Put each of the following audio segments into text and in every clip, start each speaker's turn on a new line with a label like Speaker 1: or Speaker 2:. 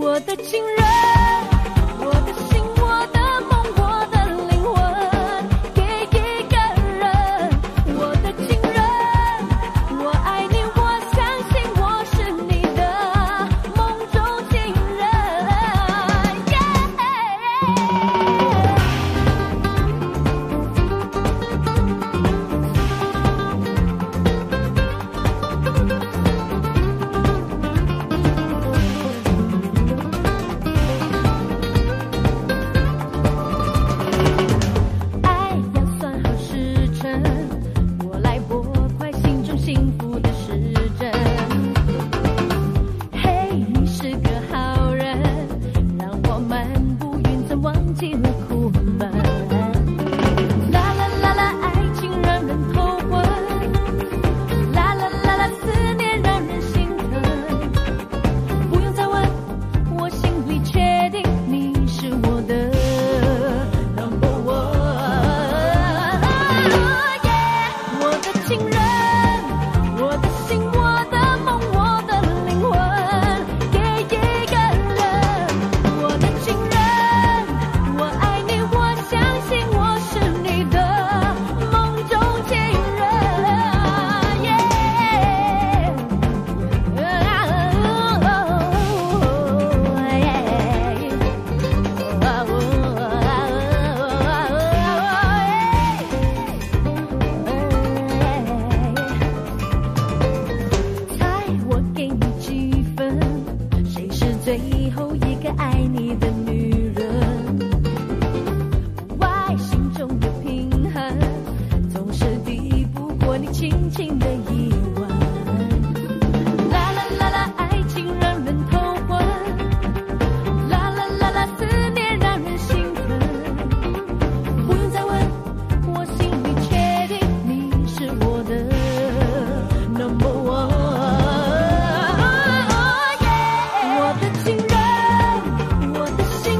Speaker 1: 我的情人，我的心，我的梦，我的灵魂，给一个人。我的情人，我爱你，我相信我是你的梦中情人。耶。爱要算好时辰，我来拨快心中幸福的时针。嘿，你是个好人，让我们不云层忘记了苦闷。啦啦啦啦，爱情让人头昏，啦啦啦啦，思念让人心疼。不用再问，我心里确定你是我的 number one。我的情人，我的心，我的梦，我的灵魂，给一个人。我的情人，我爱你，我相信我是你的梦中情人。耶。Oh, yeah. Oh, 猜我给你几分？谁是最后一个爱你的女人？外心中的平衡，总是抵不过你轻轻的一吻。啦啦啦啦，爱情让人头昏；啦啦啦啦，思念让人兴奋。不用再问，我心里确定你是我的 number one。我的情人，我的心，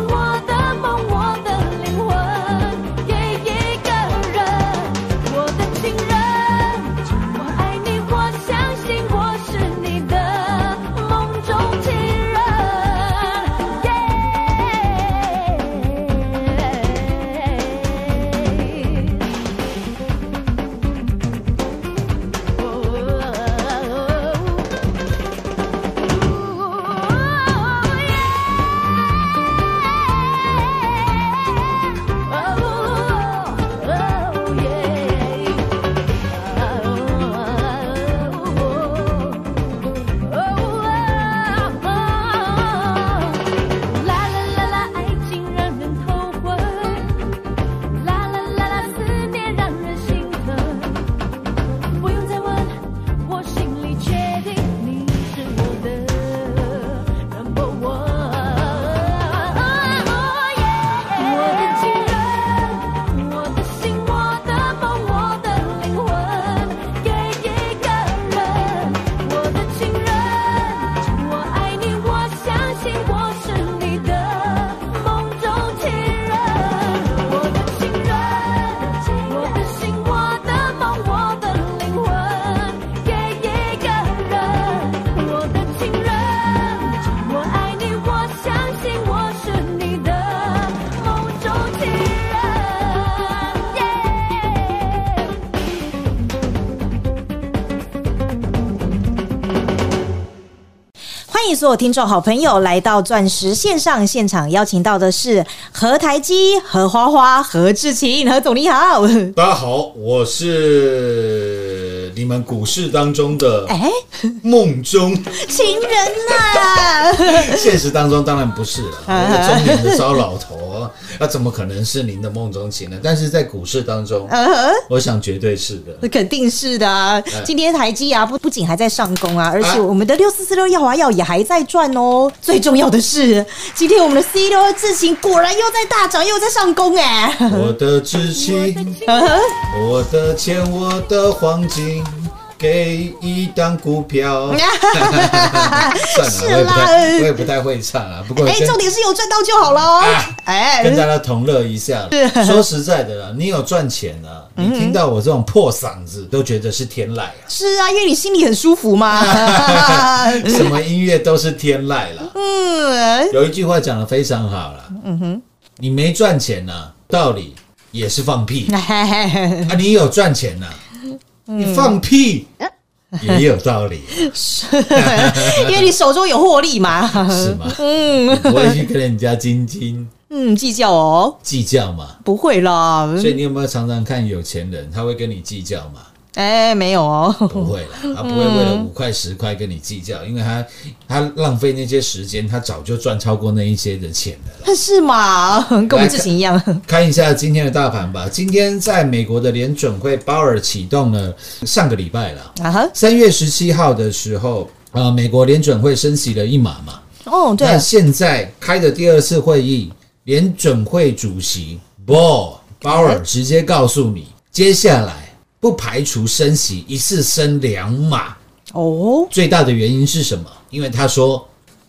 Speaker 2: 迎所有听众好朋友来到钻石线上现场，邀请到的是何台基、何花花、何志勤、何总，你好。
Speaker 3: 大家好，我是你们股市当中的
Speaker 2: 哎，
Speaker 3: 梦中，
Speaker 2: 情人呐、
Speaker 3: 现实当中当然不是了。
Speaker 2: 啊
Speaker 3: 我个中年的糟老头啊，那怎么可能是您的梦中情人？但是在股市当中，
Speaker 2: 啊
Speaker 3: 我想绝对是的。
Speaker 2: 那肯定是的啊！
Speaker 3: 哎
Speaker 2: 今天台积啊，不不仅还在上攻啊，而且我们的六四四六耀华药也还在赚哦。最重要的是，今天我们的 C E 六二字型果然又在大涨，又在上攻哎、
Speaker 3: 我的志气，我的钱，我的黄金。给一档股票， 算了，
Speaker 2: 是
Speaker 3: 我也不
Speaker 2: 啦
Speaker 3: 太，我也不太会唱啊。不过
Speaker 2: 哎、
Speaker 3: 先
Speaker 2: 重点是有赚到就好了哦
Speaker 3: 啊。
Speaker 2: 哎、，
Speaker 3: 跟大家同乐一下。说实在的啦，你有赚钱啊，你听到我这种破嗓子都觉得是天籁啊
Speaker 2: 是啊，因为你心里很舒服 嘛。
Speaker 3: 什么音乐都是天籁啦。
Speaker 2: 嗯，
Speaker 3: 有一句话讲的非常好啦，嗯哼，你没赚钱呐、啊道理也是放屁啊，你有赚钱呐、你放屁也有道理，啊
Speaker 2: 因为你手中有获利嘛。
Speaker 3: 是吗？嗯，你不会去跟人家斤斤
Speaker 2: 嗯，计较哦，
Speaker 3: 计较嘛。
Speaker 2: 不会啦。
Speaker 3: 所以你有没有常常看有钱人，他会跟你计较嘛？
Speaker 2: 哎、没有哦。
Speaker 3: 不会啦，他不会为了五块十块跟你计较，因为他他浪费那些时间，他早就赚超过那一些的钱了啦。
Speaker 2: 是嘛？ 跟我们之前一样。
Speaker 3: 看一下今天的大盘吧，今天在美国的联准会鲍尔启动了上个礼拜了，
Speaker 2: 啊哈，
Speaker 3: 三月十七号的时候，呃，美国联准会升息了一码嘛，
Speaker 2: 哦，对
Speaker 3: 那，现在开的第二次会议，联准会主席鲍鲍尔直接告诉你，接下来不排除升息一次升两码。
Speaker 2: 哦，
Speaker 3: 最大的原因是什么？因为他说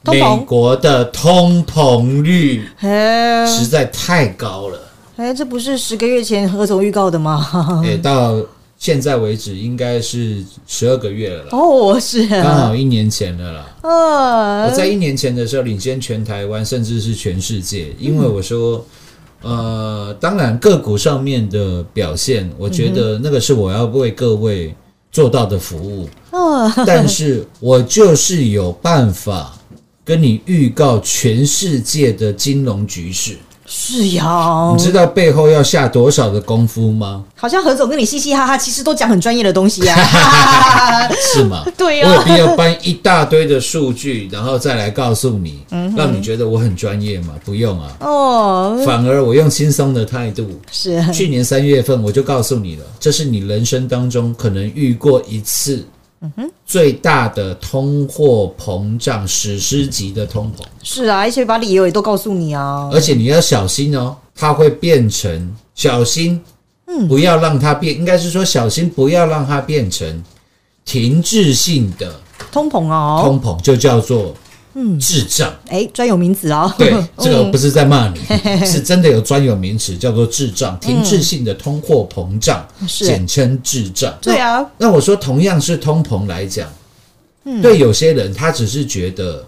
Speaker 2: 通
Speaker 3: 美
Speaker 2: 膨
Speaker 3: 国的通膨率
Speaker 2: 哎，
Speaker 3: 实在太高了，
Speaker 2: 哎，这不是十个月前何总预告的吗？
Speaker 3: 也、到现在为止应该是十二个月了啦，
Speaker 2: 哦，是
Speaker 3: 刚、
Speaker 2: 啊，
Speaker 3: 好一年前了啦。
Speaker 2: 呃
Speaker 3: 嗯我，在一年前的时候领先全台湾，甚至是全世界，因为我说。呃，当然个股上面的表现，我觉
Speaker 2: 嗯
Speaker 3: 得那个是我要为各位做到的服务。
Speaker 2: 呃，
Speaker 3: 但是我就是有办法跟你预告全世界的金融局势。
Speaker 2: 是呀
Speaker 3: 你，知道背后要下多少的功夫吗？
Speaker 2: 好像何总跟你嘻嘻哈哈，其实都讲很专业的东西 啊。
Speaker 3: 是吗？
Speaker 2: 对
Speaker 3: 我
Speaker 2: 啊
Speaker 3: 有必要搬一大堆的数据，然后再来告诉你，让你觉得我很专业吗？不用啊，
Speaker 2: 哦，
Speaker 3: 反而我用轻松的态度。
Speaker 2: 是，啊
Speaker 3: 去年三月份我就告诉你了，这是你人生当中可能遇过一次最大的通货膨胀，史诗级的通膨。
Speaker 2: 是啊，而且把理由也都告诉你啊。
Speaker 3: 而且你要小心哦，它会变成小心，
Speaker 2: 嗯
Speaker 3: 不要让它变，应该是说小心不要让它变成停滞性的
Speaker 2: 通膨哦，
Speaker 3: 通膨，就叫做滞 胀。
Speaker 2: 哎，专有名词哦。
Speaker 3: 对，这 个不是在骂你，是真的有专有名词叫做滞胀，停滞性的通货膨胀，
Speaker 2: 嗯是
Speaker 3: 简称滞胀。
Speaker 2: 对啊，
Speaker 3: 那我说同样是通膨来讲，
Speaker 2: 嗯
Speaker 3: 对有些人他只是觉得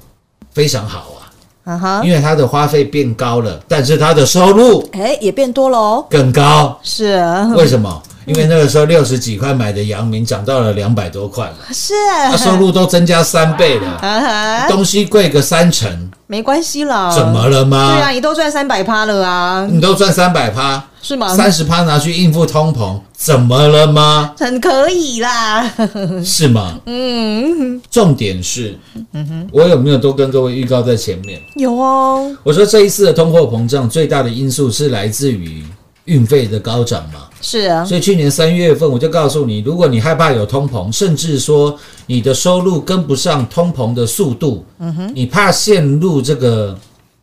Speaker 3: 非常好啊，
Speaker 2: 啊哈，
Speaker 3: 因为他的花费变高了，但是他的收入
Speaker 2: 哎，也变多了哦。
Speaker 3: 更高。
Speaker 2: 是啊
Speaker 3: 为什么？因为那个时候六十几块买的阳明涨到了两百多块 嘛，
Speaker 2: 是，
Speaker 3: 他收入都增加三倍了，
Speaker 2: 啊哈，
Speaker 3: 东西贵个三成，
Speaker 2: 没关系啦。
Speaker 3: 怎么？了
Speaker 2: 对啊，
Speaker 3: 吗？
Speaker 2: 你都赚三百趴了啊，
Speaker 3: 你都赚三百趴，
Speaker 2: 是吗？
Speaker 3: 三十趴拿去应付通膨，怎么了吗？
Speaker 2: 很可以啦。
Speaker 3: 是吗？嗯，重点是，我有没有都跟各位预告在前面？
Speaker 2: 有哦，
Speaker 3: 我说这一次的通货膨胀最大的因素是来自于运费的高涨嘛？
Speaker 2: 是啊，
Speaker 3: 所以去年三月份我就告诉你，如果你害怕有通膨，甚至说你的收入跟不上通膨的速度，
Speaker 2: 嗯
Speaker 3: 你怕陷入这个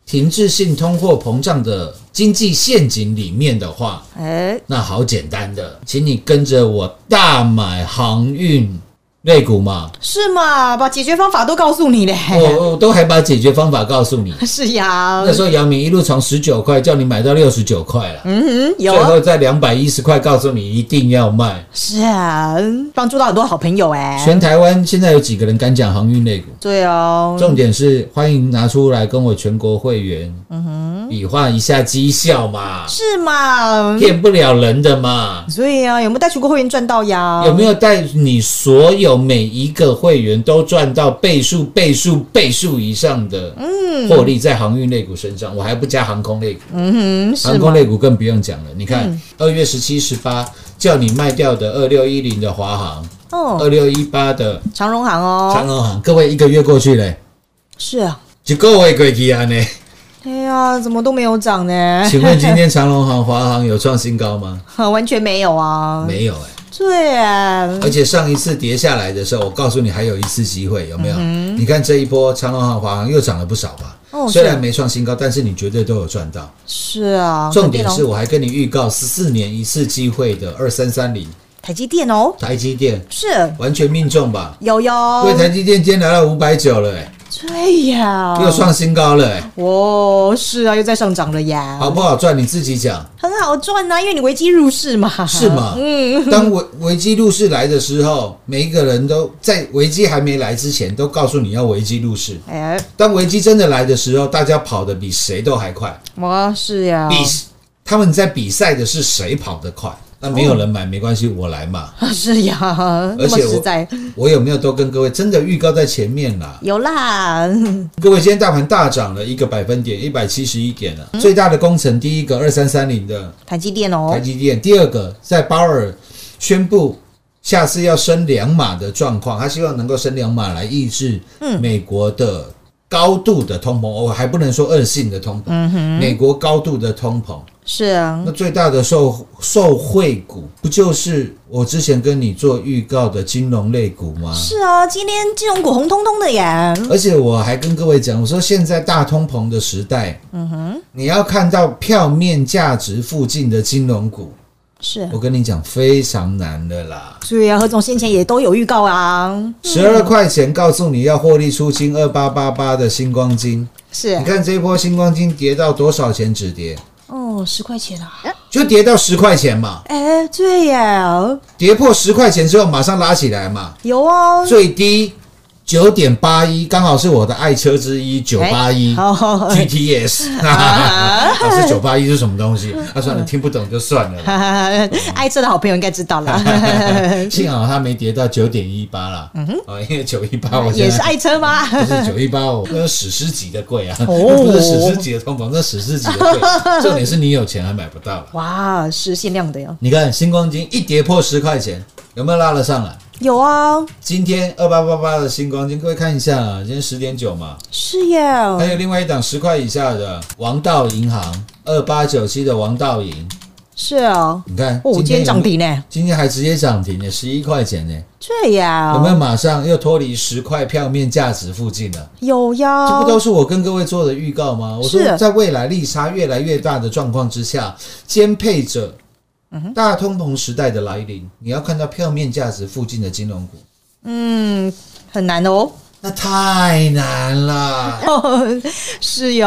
Speaker 3: 停滞性通货膨胀的经济陷阱里面的话，
Speaker 2: 哎，
Speaker 3: 那好简单的，请你跟着我大买航运类股嘛，
Speaker 2: 是嘛？把解决方法都告诉你嘞。
Speaker 3: 我我都还把解决方法告诉你。
Speaker 2: 是呀
Speaker 3: 哦那，时候姚明一路从十九块叫你买到六十九块了，
Speaker 2: 嗯，有
Speaker 3: 最
Speaker 2: 啊
Speaker 3: 后在两百一十块告诉你一定要卖。
Speaker 2: 是啊，帮助到很多好朋友哎。
Speaker 3: 全台湾现在有几个人敢讲航运类股？
Speaker 2: 对哦，
Speaker 3: 重点是欢迎拿出来跟我全国会员，比划一下绩效嘛，
Speaker 2: 是嘛？
Speaker 3: 骗不了人的嘛。
Speaker 2: 所以啊，有没有带全国会员赚到呀？
Speaker 3: 有没有带你所有有每一个会员都赚到倍数、倍数、倍数以上的
Speaker 2: 嗯
Speaker 3: 获利在航运类股身上，我还不加航空类股，
Speaker 2: 嗯哼，是
Speaker 3: 航空
Speaker 2: 吗？嗯
Speaker 3: 类股更不用讲了。你看，二月十七、十八叫你卖掉的二六一零的华航，二
Speaker 2: 哦，
Speaker 3: 六一八的
Speaker 2: 长荣行
Speaker 3: 呃长
Speaker 2: 哦，
Speaker 3: 荣航，各位一个月过去嘞，
Speaker 2: 是啊，
Speaker 3: 一个月过去啊 呢？
Speaker 2: 哎呀，怎么都没有涨呢？
Speaker 3: 请问今天长荣航、华航有创新 高吗？
Speaker 2: 完全没有啊，
Speaker 3: 没有哎、
Speaker 2: 对啊，
Speaker 3: 而且上一次跌下来的时候，我告诉你还有一次机会，有没有？你看这一波长隆行、华航又涨了不少吧？
Speaker 2: 嗯哦
Speaker 3: 虽然
Speaker 2: 是
Speaker 3: 没创新高，但是你绝对都有赚到。
Speaker 2: 是啊，
Speaker 3: 重点是
Speaker 2: 肯定哦
Speaker 3: 我还跟你预告十四年一次机会的二三三零
Speaker 2: 台积电哦，
Speaker 3: 台积电，
Speaker 2: 是
Speaker 3: 完全命中吧？
Speaker 2: 有
Speaker 3: 因为台
Speaker 2: 有，
Speaker 3: 积电今天来到五百九了、欸，
Speaker 2: 对呀，
Speaker 3: 又创新高了、欸，
Speaker 2: 哦，是啊，又在上涨了呀，
Speaker 3: 好不好赚你自己讲，
Speaker 2: 很好赚啊呐、因为你危机入市嘛，
Speaker 3: 是
Speaker 2: 啊
Speaker 3: 吗？嗯。当危危机入市来的时候，每一个人都在危机还没来之前，都告诉你要危机入市。
Speaker 2: 哎，
Speaker 3: 当危机真的来的时候，大家跑得比谁都还快，
Speaker 2: 我是呀、
Speaker 3: 比他们在比赛的是谁跑得快。那没有人买、没关系，我来嘛。
Speaker 2: 是呀、那么
Speaker 3: 而且
Speaker 2: 实
Speaker 3: 我
Speaker 2: 在，
Speaker 3: 我有没有都跟各位真的预告在前面啦？
Speaker 2: 有啦，
Speaker 3: 各位，今天大盘大涨了一个百分点，一百七十一点了。最大的工程，第一个二三三零的
Speaker 2: 台积电哦
Speaker 3: 台，积电，第二个在鲍尔宣布下次要升两码的状况，他希望能够升两码来抑制美国的高度的通膨，我、还不能说恶性的通膨，美国高度的通膨。
Speaker 2: 是啊
Speaker 3: 那，最大的受受惠股不就是我之前跟你做预告的金融类股吗？
Speaker 2: 是啊，今天金融股红彤彤的耶，
Speaker 3: 而且我还跟各位讲，我说现在大通膨的时代，嗯哼，你要看到票面价值附近的金融股，
Speaker 2: 是
Speaker 3: 我，跟你讲非常难的啦。
Speaker 2: 对啊，何总先前也都有预告啊，
Speaker 3: 十二块钱告诉你要获利出清二八八八的星光
Speaker 2: 嗯
Speaker 3: 金，
Speaker 2: 是
Speaker 3: 你，看这一波星光金跌到多少钱止跌？
Speaker 2: 哦，十块钱啊，
Speaker 3: 就跌到十块钱嘛，
Speaker 2: 哎，对耶，
Speaker 3: 跌破十块钱之后马上拉起来嘛，
Speaker 2: 有哦，
Speaker 3: 最低九点八一，刚好是我的爱车之
Speaker 2: 哎
Speaker 3: 一九八一。
Speaker 2: 好，
Speaker 3: GTS，
Speaker 2: 哦啊
Speaker 3: 老师九八一是什么东西？他说你听不懂就算了 啦。
Speaker 2: 爱车的好朋友应该知道 啦，
Speaker 3: 幸好它没跌到九点一八啦，哦，因为九一八我
Speaker 2: 嗯也
Speaker 3: 现
Speaker 2: 是
Speaker 3: 在
Speaker 2: 爱车吗？
Speaker 3: 不是九一八，我那是史诗级的贵啊，
Speaker 2: 哦
Speaker 3: 不是史诗级的通膨，那史诗级 的贵。重点是你有钱还买不到啦。
Speaker 2: 哇，是限量的呀，
Speaker 3: 你看星光金一跌破十块钱，有没有拉了上来？
Speaker 2: 有啊，
Speaker 3: 今天二八八八的星光金，各位看一下啊，今天十点九嘛，
Speaker 2: 是耶，
Speaker 3: 还有另外一档十块以下的王道银行二八九七的王道银，
Speaker 2: 是啊，
Speaker 3: 你看，
Speaker 2: 哦，今天
Speaker 3: 有
Speaker 2: 涨停呢，
Speaker 3: 今天还直接涨停呢，十一块钱呢，
Speaker 2: 对呀，
Speaker 3: 有没有马上又脱离十块票面价值附近了？
Speaker 2: 有呀，
Speaker 3: 这不都是我跟各位做的预告吗？我说
Speaker 2: 是
Speaker 3: 在未来利差越来越大的状况之下，兼配着大通膨时代的来临，你要看到票面价值附近的金融股，
Speaker 2: 嗯，很难哦。
Speaker 3: 那太难了。
Speaker 2: 是呀，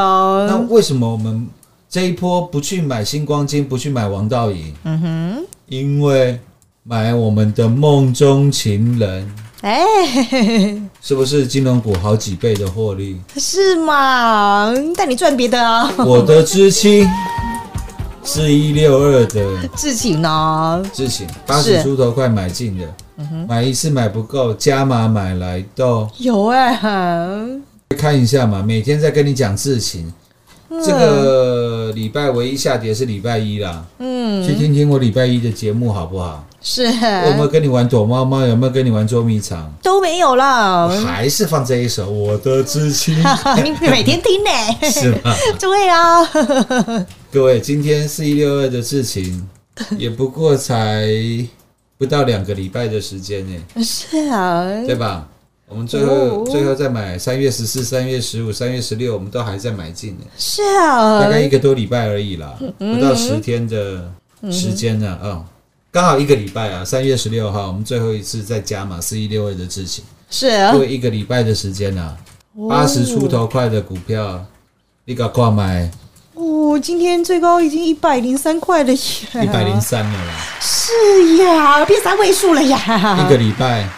Speaker 3: 那为什么我们这一波不去买星光金，不去买王道银？嗯哼，因为买我们的梦中情人。
Speaker 2: 哎、 嘿嘿嘿
Speaker 3: 是不是金融股好几倍的获 利？
Speaker 2: 是嘛？带你赚别的啊，
Speaker 3: 我的知青是一六二的
Speaker 2: 智勤啊，
Speaker 3: 之前八十出头快买进的，买一次买不够，加码买来到
Speaker 2: 有哎、
Speaker 3: 看一下嘛，每天在跟你讲事情。这个礼拜唯一下跌是礼拜一啦，去
Speaker 2: 嗯，哎
Speaker 3: 听听我礼拜一的节目好不好？
Speaker 2: 是
Speaker 3: 我有没有跟你玩躲猫猫？有没有跟你玩捉迷藏？
Speaker 2: 都没有啦
Speaker 3: 我， 还是放这一首《我的知青》
Speaker 2: 你 每天听呢、
Speaker 3: 是吗？
Speaker 2: 对啊，
Speaker 3: 各位，今天四一六二的事情，也不过才不到两个礼拜的时间呢，
Speaker 2: 是啊，
Speaker 3: 对吧？我们最后、
Speaker 2: 哦
Speaker 3: 最后再买三月十四、三月十五、三月十六，我们都还在买进呢，
Speaker 2: 是啊
Speaker 3: 大，概一个多礼拜而已啦，
Speaker 2: 嗯
Speaker 3: 不到十天的时间呢、啊，哦，刚好一个礼拜啊，三月十六号我们最后一次再加码四一六二的事情，
Speaker 2: 是啊哦
Speaker 3: 各，位一个礼拜的时间啊，八十出头块的股票，你搞挂买
Speaker 2: 哦，今天最高已经一百零三块了耶，
Speaker 3: 一百零，三了啦。
Speaker 2: 是呀，变三位数了
Speaker 3: 一
Speaker 2: 呀
Speaker 3: 个，礼
Speaker 2: 啊
Speaker 3: 拜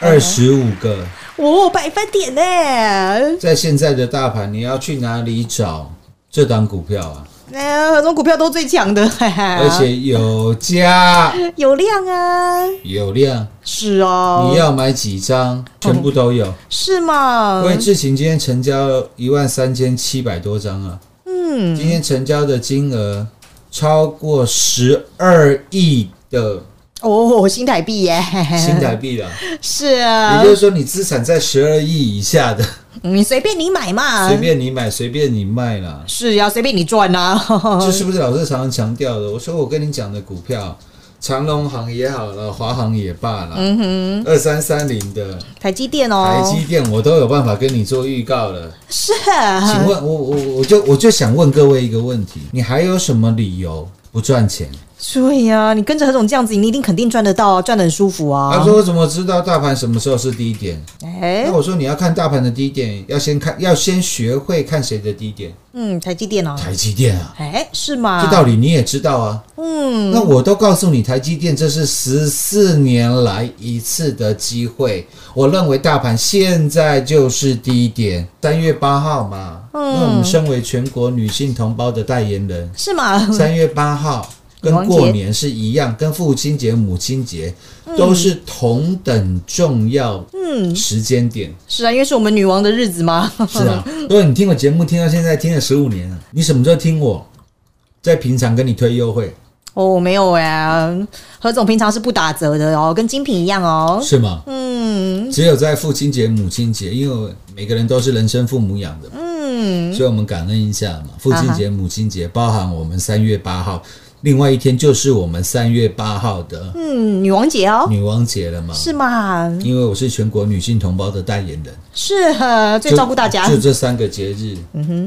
Speaker 3: 二十五个，
Speaker 2: 哦，百分点呢、哎
Speaker 3: 在现在的大盘，你要去哪里找这档股票啊？
Speaker 2: 那合中股票都最强的，嘿嘿
Speaker 3: 而且有价
Speaker 2: 有量啊，
Speaker 3: 有量，
Speaker 2: 是哦，
Speaker 3: 你要买几张，全部都有。
Speaker 2: 是吗
Speaker 3: 因？为志勤今天成交一万三千七百多张啊，
Speaker 2: 嗯，
Speaker 3: 今天成交的金额超过十二亿的
Speaker 2: 哦，新台币耶，嘿嘿
Speaker 3: 新台币了，
Speaker 2: 是
Speaker 3: 也
Speaker 2: 啊
Speaker 3: 就，是说你资产在十二亿以下的，
Speaker 2: 你随便你买嘛，
Speaker 3: 随便你买，随便你卖啦。
Speaker 2: 是啊，随便你赚啊，
Speaker 3: 这是不是老师常常强调的？我说我跟你讲的股票，长隆行也好了，华航也罢了，嗯哼，二三三零的
Speaker 2: 台积电哦，
Speaker 3: 台积电，我都有办法跟你做预告了。
Speaker 2: 是啊
Speaker 3: 请问，我我我就我就想问各位一个问题：你还有什么理由不赚钱？
Speaker 2: 对呀、啊你跟着何总这样子，你一定肯定赚得到啊，赚得很舒服啊。
Speaker 3: 他说：“我怎么知道大盘什么时候是低点？”
Speaker 2: 哎、
Speaker 3: 那我说：“你要看大盘的低点，要先看，要先学会看谁的低点。
Speaker 2: 嗯，台积电啊，
Speaker 3: 台积电啊，
Speaker 2: 哎、是吗？
Speaker 3: 这道理你也知道啊。
Speaker 2: 嗯，
Speaker 3: 那我都告诉你，台积电这是十四年来一次的机会。我认为大盘现在就是低点，三月八号嘛。那我们身为全国女性同胞的代言人，
Speaker 2: 是吗？
Speaker 3: 三月八号跟过年是一样，跟父亲节、母亲节都是同等重要时间点。
Speaker 2: 是啊，因为是我们女王的日子嘛。
Speaker 3: 是啊，如果你听我节目听到现在，听了十五年了，你什么时候听我在平常跟你推优惠
Speaker 2: 哦，没有哎、何总平常是不打折的哦，跟精品一样哦。
Speaker 3: 是吗？
Speaker 2: 嗯
Speaker 3: 只有在父亲节、母亲节，因为每个人都是人生父母养的嘛，
Speaker 2: 嗯，啊
Speaker 3: 所以我们感恩一下嘛。父亲节、母亲节，包含我们三月八号，另外一天就是我们三月八号的
Speaker 2: 嗯，女王节哦，
Speaker 3: 女王节了嘛。
Speaker 2: 是吗？
Speaker 3: 因为我是全国女性同胞的代言人，
Speaker 2: 是啊，最
Speaker 3: 就
Speaker 2: 照顾大家。嗯
Speaker 3: 就这三个节日，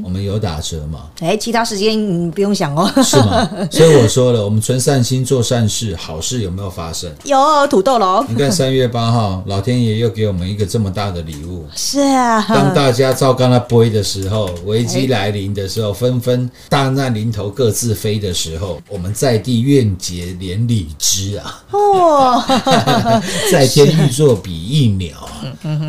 Speaker 3: 我们有打折嘛，
Speaker 2: 哎、其他时间你不用想哦。
Speaker 3: 是吗？所以我说了，我们存善心做善事，好事有没有发生？
Speaker 2: 有土豆喽，
Speaker 3: 你看三月八号，老天爷又给我们一个这么大的礼物。
Speaker 2: 是啊，
Speaker 3: 当大家照刚他播的时候，危机来临的时候，纷纷大难临头各自飞的时候，我们在地愿结连理枝啊，
Speaker 2: 哦，
Speaker 3: 在天欲作比翼鸟啊。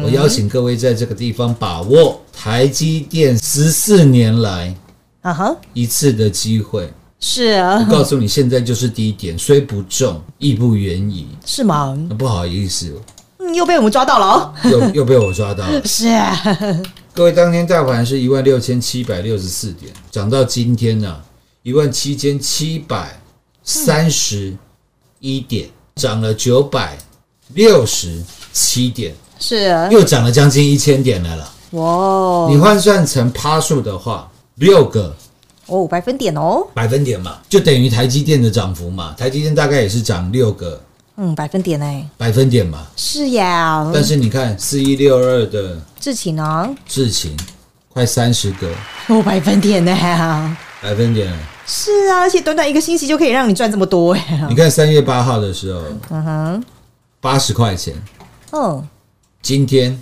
Speaker 3: 我邀请各位在这个地方把握台积电十四年来
Speaker 2: 啊哈，
Speaker 3: 一次的机会。
Speaker 2: 是啊
Speaker 3: 我，告诉你，现在就是低点，虽不中，亦不远矣。
Speaker 2: 是吗？
Speaker 3: 不好意思，
Speaker 2: 嗯，又被我们抓到了哦。
Speaker 3: 又又被我抓到了。
Speaker 2: 是啊，
Speaker 3: 各位，当天大盘是一万六千七百六十四点，涨到今天呢、一万七千七百三十一点，涨了九百六十七点，
Speaker 2: 是啊，
Speaker 3: 又涨了将近一千点来了。
Speaker 2: 哇哦
Speaker 3: 你换算成趴数的话，六个
Speaker 2: 哦，百分点哦，
Speaker 3: 百分点嘛，就等于台积电的涨幅嘛。台积电大概也是涨六个
Speaker 2: 嗯，百分点哎，
Speaker 3: 百分点嘛。
Speaker 2: 是呀，嗯
Speaker 3: 但是你看四一六二的
Speaker 2: 志勤呢？
Speaker 3: 智勤，快三十个
Speaker 2: 哦，百分点呢？
Speaker 3: 百分点了。
Speaker 2: 是啊，而且短短一个星期就可以让你赚这么多哎，
Speaker 3: 你看三月八号的时候，
Speaker 2: 嗯哼，
Speaker 3: 八十块钱，
Speaker 2: 嗯，
Speaker 3: 今天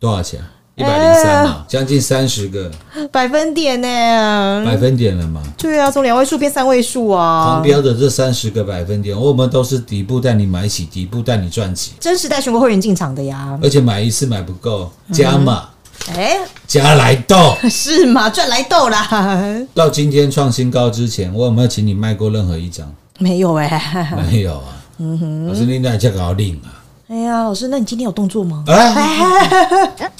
Speaker 3: 多少钱？一百零三嘛，将近三十个
Speaker 2: 百分点呢？
Speaker 3: 百分点了嘛。
Speaker 2: 对啊，从两位数变三位数
Speaker 3: 狂
Speaker 2: 啊，
Speaker 3: 飙的这三十个百分点，我们都是底部带你买起，底部带你赚起，
Speaker 2: 真实带全国会员进场的呀，
Speaker 3: 而且买一次买不够，加码
Speaker 2: 哎，
Speaker 3: 加来斗。
Speaker 2: 是嘛，赚来豆啦，
Speaker 3: 到今天创新高之前，我有没有请你卖过任何一张？
Speaker 2: 没有哎，
Speaker 3: 没有啊。老师，你那叫搞令啊！
Speaker 2: 哎呀，老师，那你今天有动作吗？
Speaker 3: 啊，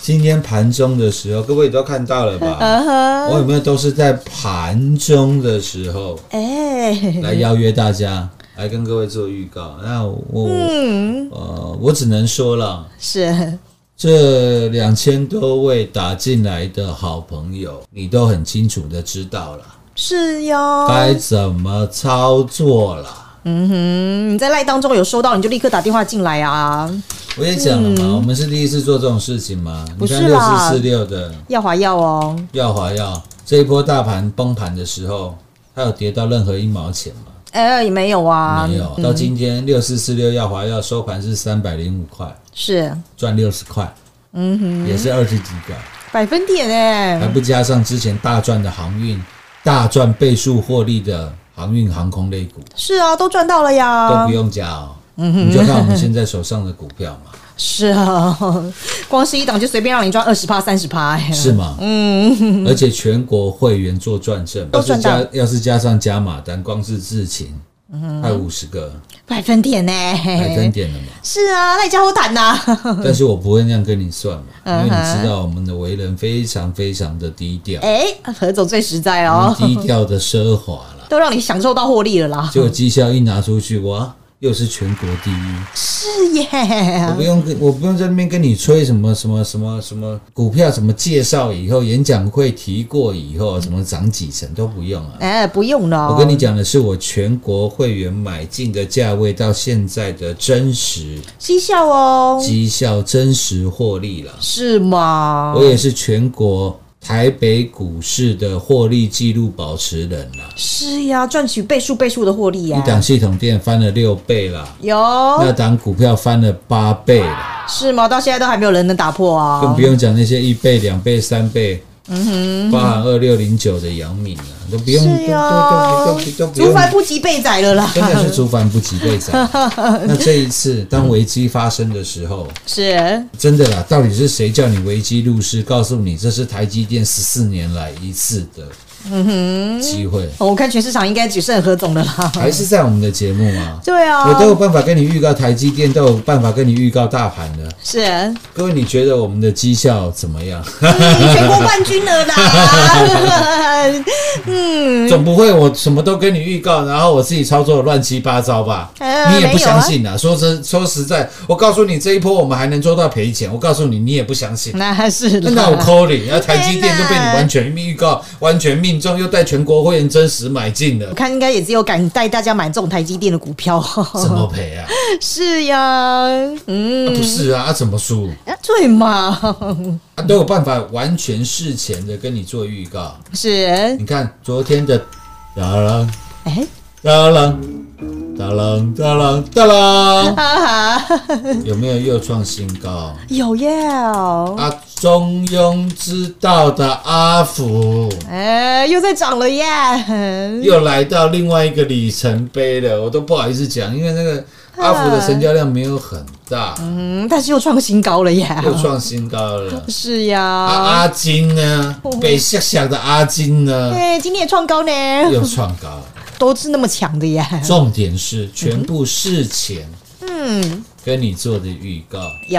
Speaker 3: 今天盘中的时候，各位都看到了吧？
Speaker 2: 嗯哼，
Speaker 3: 我有没有都是在盘中的时候
Speaker 2: 哎，
Speaker 3: 来邀约大家，来跟各位做预告。那我、
Speaker 2: 嗯，
Speaker 3: 呃，我只能说了，
Speaker 2: 是，
Speaker 3: 这两千多位打进来的好朋友，你都很清楚的知道了，
Speaker 2: 是哟，
Speaker 3: 该怎么操作了。
Speaker 2: 嗯，你在赖当中有收到，你就立刻打电话进来啊！
Speaker 3: 我也讲了嘛，我们是第一次做这种事情嘛。
Speaker 2: 嗯不
Speaker 3: 你
Speaker 2: 是
Speaker 3: 看六
Speaker 2: 啦
Speaker 3: 四四六的
Speaker 2: 要华要哦，
Speaker 3: 耀华耀，这一波大盘崩盘的时候，它有跌到任何一毛钱吗？
Speaker 2: 哎、也没有啊，
Speaker 3: 没有。到今天六四四六耀华耀收盘是三百零五块。
Speaker 2: 是
Speaker 3: 赚六十块，嗯哼，也是二十几个，
Speaker 2: 百分点哎、
Speaker 3: 还不加上之前大赚的航运、大赚倍数获利的航运航空类股，
Speaker 2: 是啊，都赚到了嗯
Speaker 3: 都
Speaker 2: 呀
Speaker 3: 不，用加哦。你就看我们现在手上的股票嘛，
Speaker 2: 是啊， 光是一档就随便让你赚二十趴、三十趴，哎
Speaker 3: 是吗？嗯，而且全国会员做转正，要
Speaker 2: 都
Speaker 3: 是
Speaker 2: 赚
Speaker 3: 加
Speaker 2: 到嗯
Speaker 3: 要是加上加码单，光是自勤，快五十个
Speaker 2: 百分点呢、
Speaker 3: 百分点了嘛。
Speaker 2: 是啊，那你家伙谈呐、
Speaker 3: 但是我不会那样跟你算嘛，因为
Speaker 2: 嗯哼
Speaker 3: 你知道我们的为人非常非常的低调，
Speaker 2: 哎、何总最实在
Speaker 3: 我
Speaker 2: 哦
Speaker 3: 们，低调的奢华 了。
Speaker 2: 都让你享受到获利了啦。
Speaker 3: 结果绩效一拿出去，哇，又是全国第一。
Speaker 2: 是耶，嗯
Speaker 3: 我不用跟我不用在那边跟你吹什么什么什么什么股票什么介绍，以后演讲会提过以后什么涨几成都不用啊。
Speaker 2: 嗯哎、不用了。
Speaker 3: 我跟你，讲的是我全国会员买进的价位到现在的真实
Speaker 2: 绩效哦，
Speaker 3: 绩效、真实获利了。
Speaker 2: 是吗？
Speaker 3: 我也是全国台北股市的获利记录保持人啦，
Speaker 2: 是呀，赚取倍数倍数的获利呀
Speaker 3: 一、档系统店翻了六倍啦，那
Speaker 2: 有
Speaker 3: 档股票翻了八倍啦，
Speaker 2: 是吗？到现在都还没有人能打破啊。
Speaker 3: 更不用讲那些一倍、两倍、三倍。包含二六零九的杨敏啊，都不用，
Speaker 2: 嗯是呀
Speaker 3: 都都都都都不
Speaker 2: 竹
Speaker 3: 用，
Speaker 2: 凡不及被宰了啦。
Speaker 3: 真的是竹凡不及被宰。那这一次，当危机发生的时候，
Speaker 2: 是
Speaker 3: 真的啦，到底是谁叫你危机入市？告诉你，这是台积电十四年来一次的机会，
Speaker 2: 哦我看全市场应该只剩何总的啦。
Speaker 3: 还是在我们的节目啊？
Speaker 2: 对啊，
Speaker 3: 我都有办法跟你预告台积电，都有办法跟你预告大盘的。
Speaker 2: 是
Speaker 3: 各位，你觉得我们的绩效怎么样？
Speaker 2: 嗯全国冠军了啦。嗯，
Speaker 3: 总不会我什么都跟你预告，然后我自己操作得乱七八糟吧？
Speaker 2: 呃
Speaker 3: 你也不
Speaker 2: 没有啊
Speaker 3: 相信啊！说真说实在，我告诉你这一波我们还能做到赔钱，我告诉你你也不相信。
Speaker 2: 那还是啦
Speaker 3: 那我扣你，然后台积电
Speaker 2: 天
Speaker 3: 就
Speaker 2: 哪
Speaker 3: 被你完全预告、完全命中，又带全国会员真实买进了
Speaker 2: 我，看应该也只有敢带大家买这种台积电的股票。
Speaker 3: 怎么赔啊？
Speaker 2: 是呀，嗯，
Speaker 3: 啊不是啊，啊怎么输？
Speaker 2: 对嘛，
Speaker 3: 啊都有办法完全事前的跟你做预告。
Speaker 2: 是
Speaker 3: 你看昨天的，哒啦
Speaker 2: 哎，
Speaker 3: 哒啦哒啦哒啦哒啦，
Speaker 2: 哈哈，
Speaker 3: 有没有又创新高？
Speaker 2: 有耶哦，
Speaker 3: 啊，中庸之道的阿福
Speaker 2: 哎，又在涨了耶，嗯
Speaker 3: 又来到另外一个里程碑了，我都不好意思讲，因为那个阿福的成交量没有很大，
Speaker 2: 啊嗯，但是又创新高了耶，
Speaker 3: 又创新高了。
Speaker 2: 是呀，
Speaker 3: 啊，阿金呢？北下下的阿金呢？
Speaker 2: 哦哎，今天也创高呢，
Speaker 3: 又创高了。
Speaker 2: 都是那么强的耶，
Speaker 3: 重点是全部事前，嗯，跟你做的预告，
Speaker 2: 有，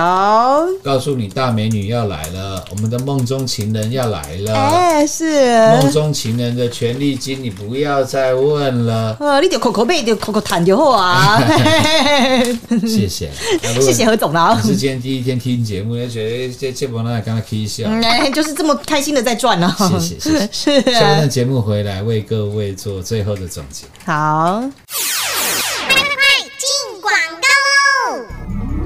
Speaker 3: 告诉你大美女要来了，我们的梦中情人要来了。
Speaker 2: 哎，
Speaker 3: 梦
Speaker 2: 是。
Speaker 3: 中情人的权利金，你不要再问了。
Speaker 2: 呃，你就口口背，就口口谈就好 啊！
Speaker 3: 谢谢，啊
Speaker 2: 谢谢。何总啦
Speaker 3: 如果。你是今天第一天听节目，就觉得哎这这波那刚刚 K 笑。
Speaker 2: 嗯，哎就是这么开心的在赚呢、
Speaker 3: 谢谢谢谢
Speaker 2: 是
Speaker 3: 下半段节目回来为各位做最后的总结。
Speaker 2: 好。
Speaker 4: 进广告喽！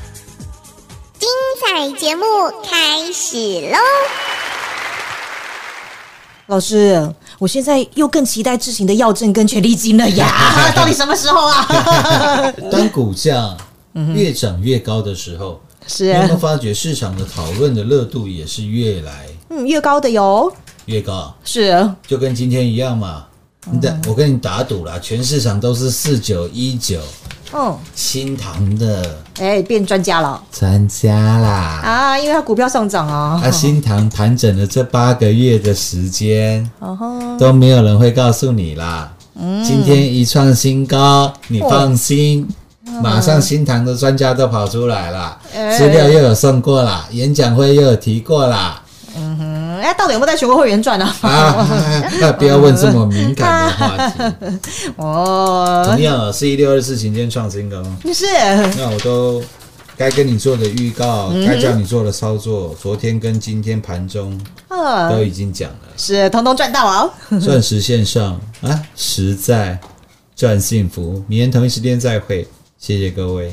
Speaker 4: 彩节目开始喽！
Speaker 2: 老师，我现在又更期待志行的药证跟权利金了 呀！到底什么时候啊？
Speaker 3: 当股价越涨越高的时候，你
Speaker 2: 是
Speaker 3: 有，没有发觉市场的讨论的热度也是越来
Speaker 2: 嗯，越高的有
Speaker 3: 越高？
Speaker 2: 是
Speaker 3: 就跟今天一样嘛。你打，我跟你打赌啦，全市场都是四九一九
Speaker 2: 嗯，
Speaker 3: 新塘的
Speaker 2: 哎、变专家了
Speaker 3: 专家啦。
Speaker 2: 啊，因为它股票上涨啊
Speaker 3: 啊，，新塘盘整了这八个月的时间，
Speaker 2: 然后
Speaker 3: 都没有人会告诉你啦。今天一创新高，你放心，马上新塘的专家都跑出来啦，
Speaker 2: 哎
Speaker 3: 资料又有送过啦，演讲会又有提过啦，
Speaker 2: 嗯哎、家到底有没有带全国会员赚呢、啊？
Speaker 3: 啊，不要问这么敏感的话题。
Speaker 2: 哦
Speaker 3: 同，样啊，四一六二四晴天创新高，
Speaker 2: 哦是
Speaker 3: 那我都该跟你做的预告，该叫你做的操作，昨天跟今天盘中
Speaker 2: 啊
Speaker 3: 都，已经讲了。
Speaker 2: 是通通赚到啊！
Speaker 3: 钻石线上啊，实在赚幸福。明天同一时间再会，谢谢各位。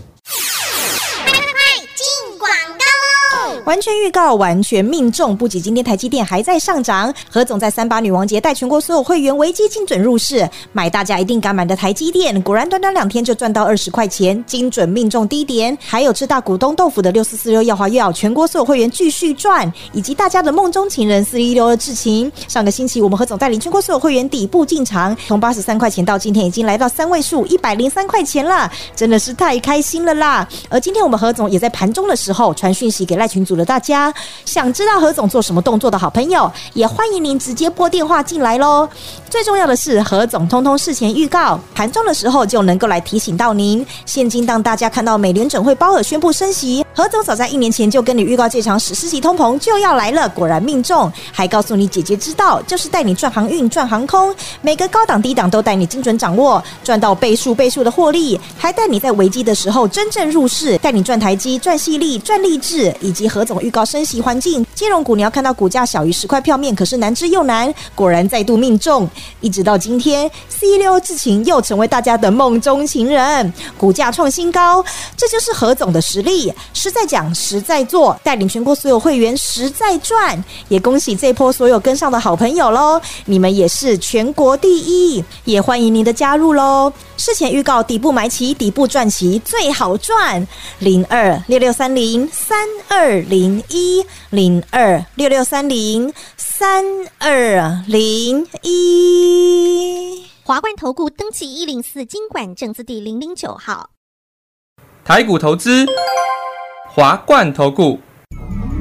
Speaker 4: 进广告喽！
Speaker 2: 完全预告，完全命中。不仅今天台积电还在上涨，何总在三八女王节带全国所有会员维基精准入市，买大家一定敢买的台积电，果然短短两天就赚到二十块钱，精准命中低点。还有吃大股东豆腐的六四四六耀华耀，全国所有会员继续赚，以及大家的梦中情人四一六二智勤。上个星期我们何总带领全国所有会员底部进场，从八十三块钱到今天已经来到三位数一百零三块钱了，真的是太开心了啦！而今天我们何总也在盘中的时候传讯息给赖群组的大家，想知道何总做什么动作的好朋友，也欢迎您直接拨电话进来喽。最重要的是，何总通通事前预告，盘中的时候就能够来提醒到您。现今当大家看到美联准会鲍尔宣布升息，何总早在一年前就跟你预告这场史诗级通膨就要来了，果然命中，还告诉你姐姐知道，就是带你赚航运、赚航空，每个高档低档都带你精准掌握，赚到倍数倍数的获利，还带你在危机的时候真正入市，带你赚台积、赚细粒、赚励志，以及何总预告升息环境，金融股你要看到股价小于十块票面，可是难之又难，果然再度命中，一直到今天，C 六智勤又成为大家的梦中情人，股价创新高，这就是何总的实力，实在讲，实在做，带领全国所有会员实在赚，也恭喜这波所有跟上的好朋友喽，你们也是全国第一，也欢迎您的加入喽。事前预告，底部买齐，底部赚齐，最好赚。零二六六三零三二零一，零二六六三零三二零一。
Speaker 4: 华冠投顾登记一零四经管证字第零零九号，
Speaker 5: 台股投资，华冠投顾。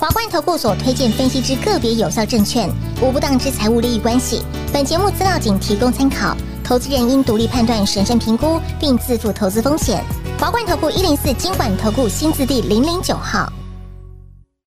Speaker 6: 华冠投顾所推荐分析之个别有效证券，无不当之财务利益关系。本节目资料仅提供参考，投资人应独立判断、审慎评估，并自负投资风险。华冠投顾一零四经管投顾新字第零零九号。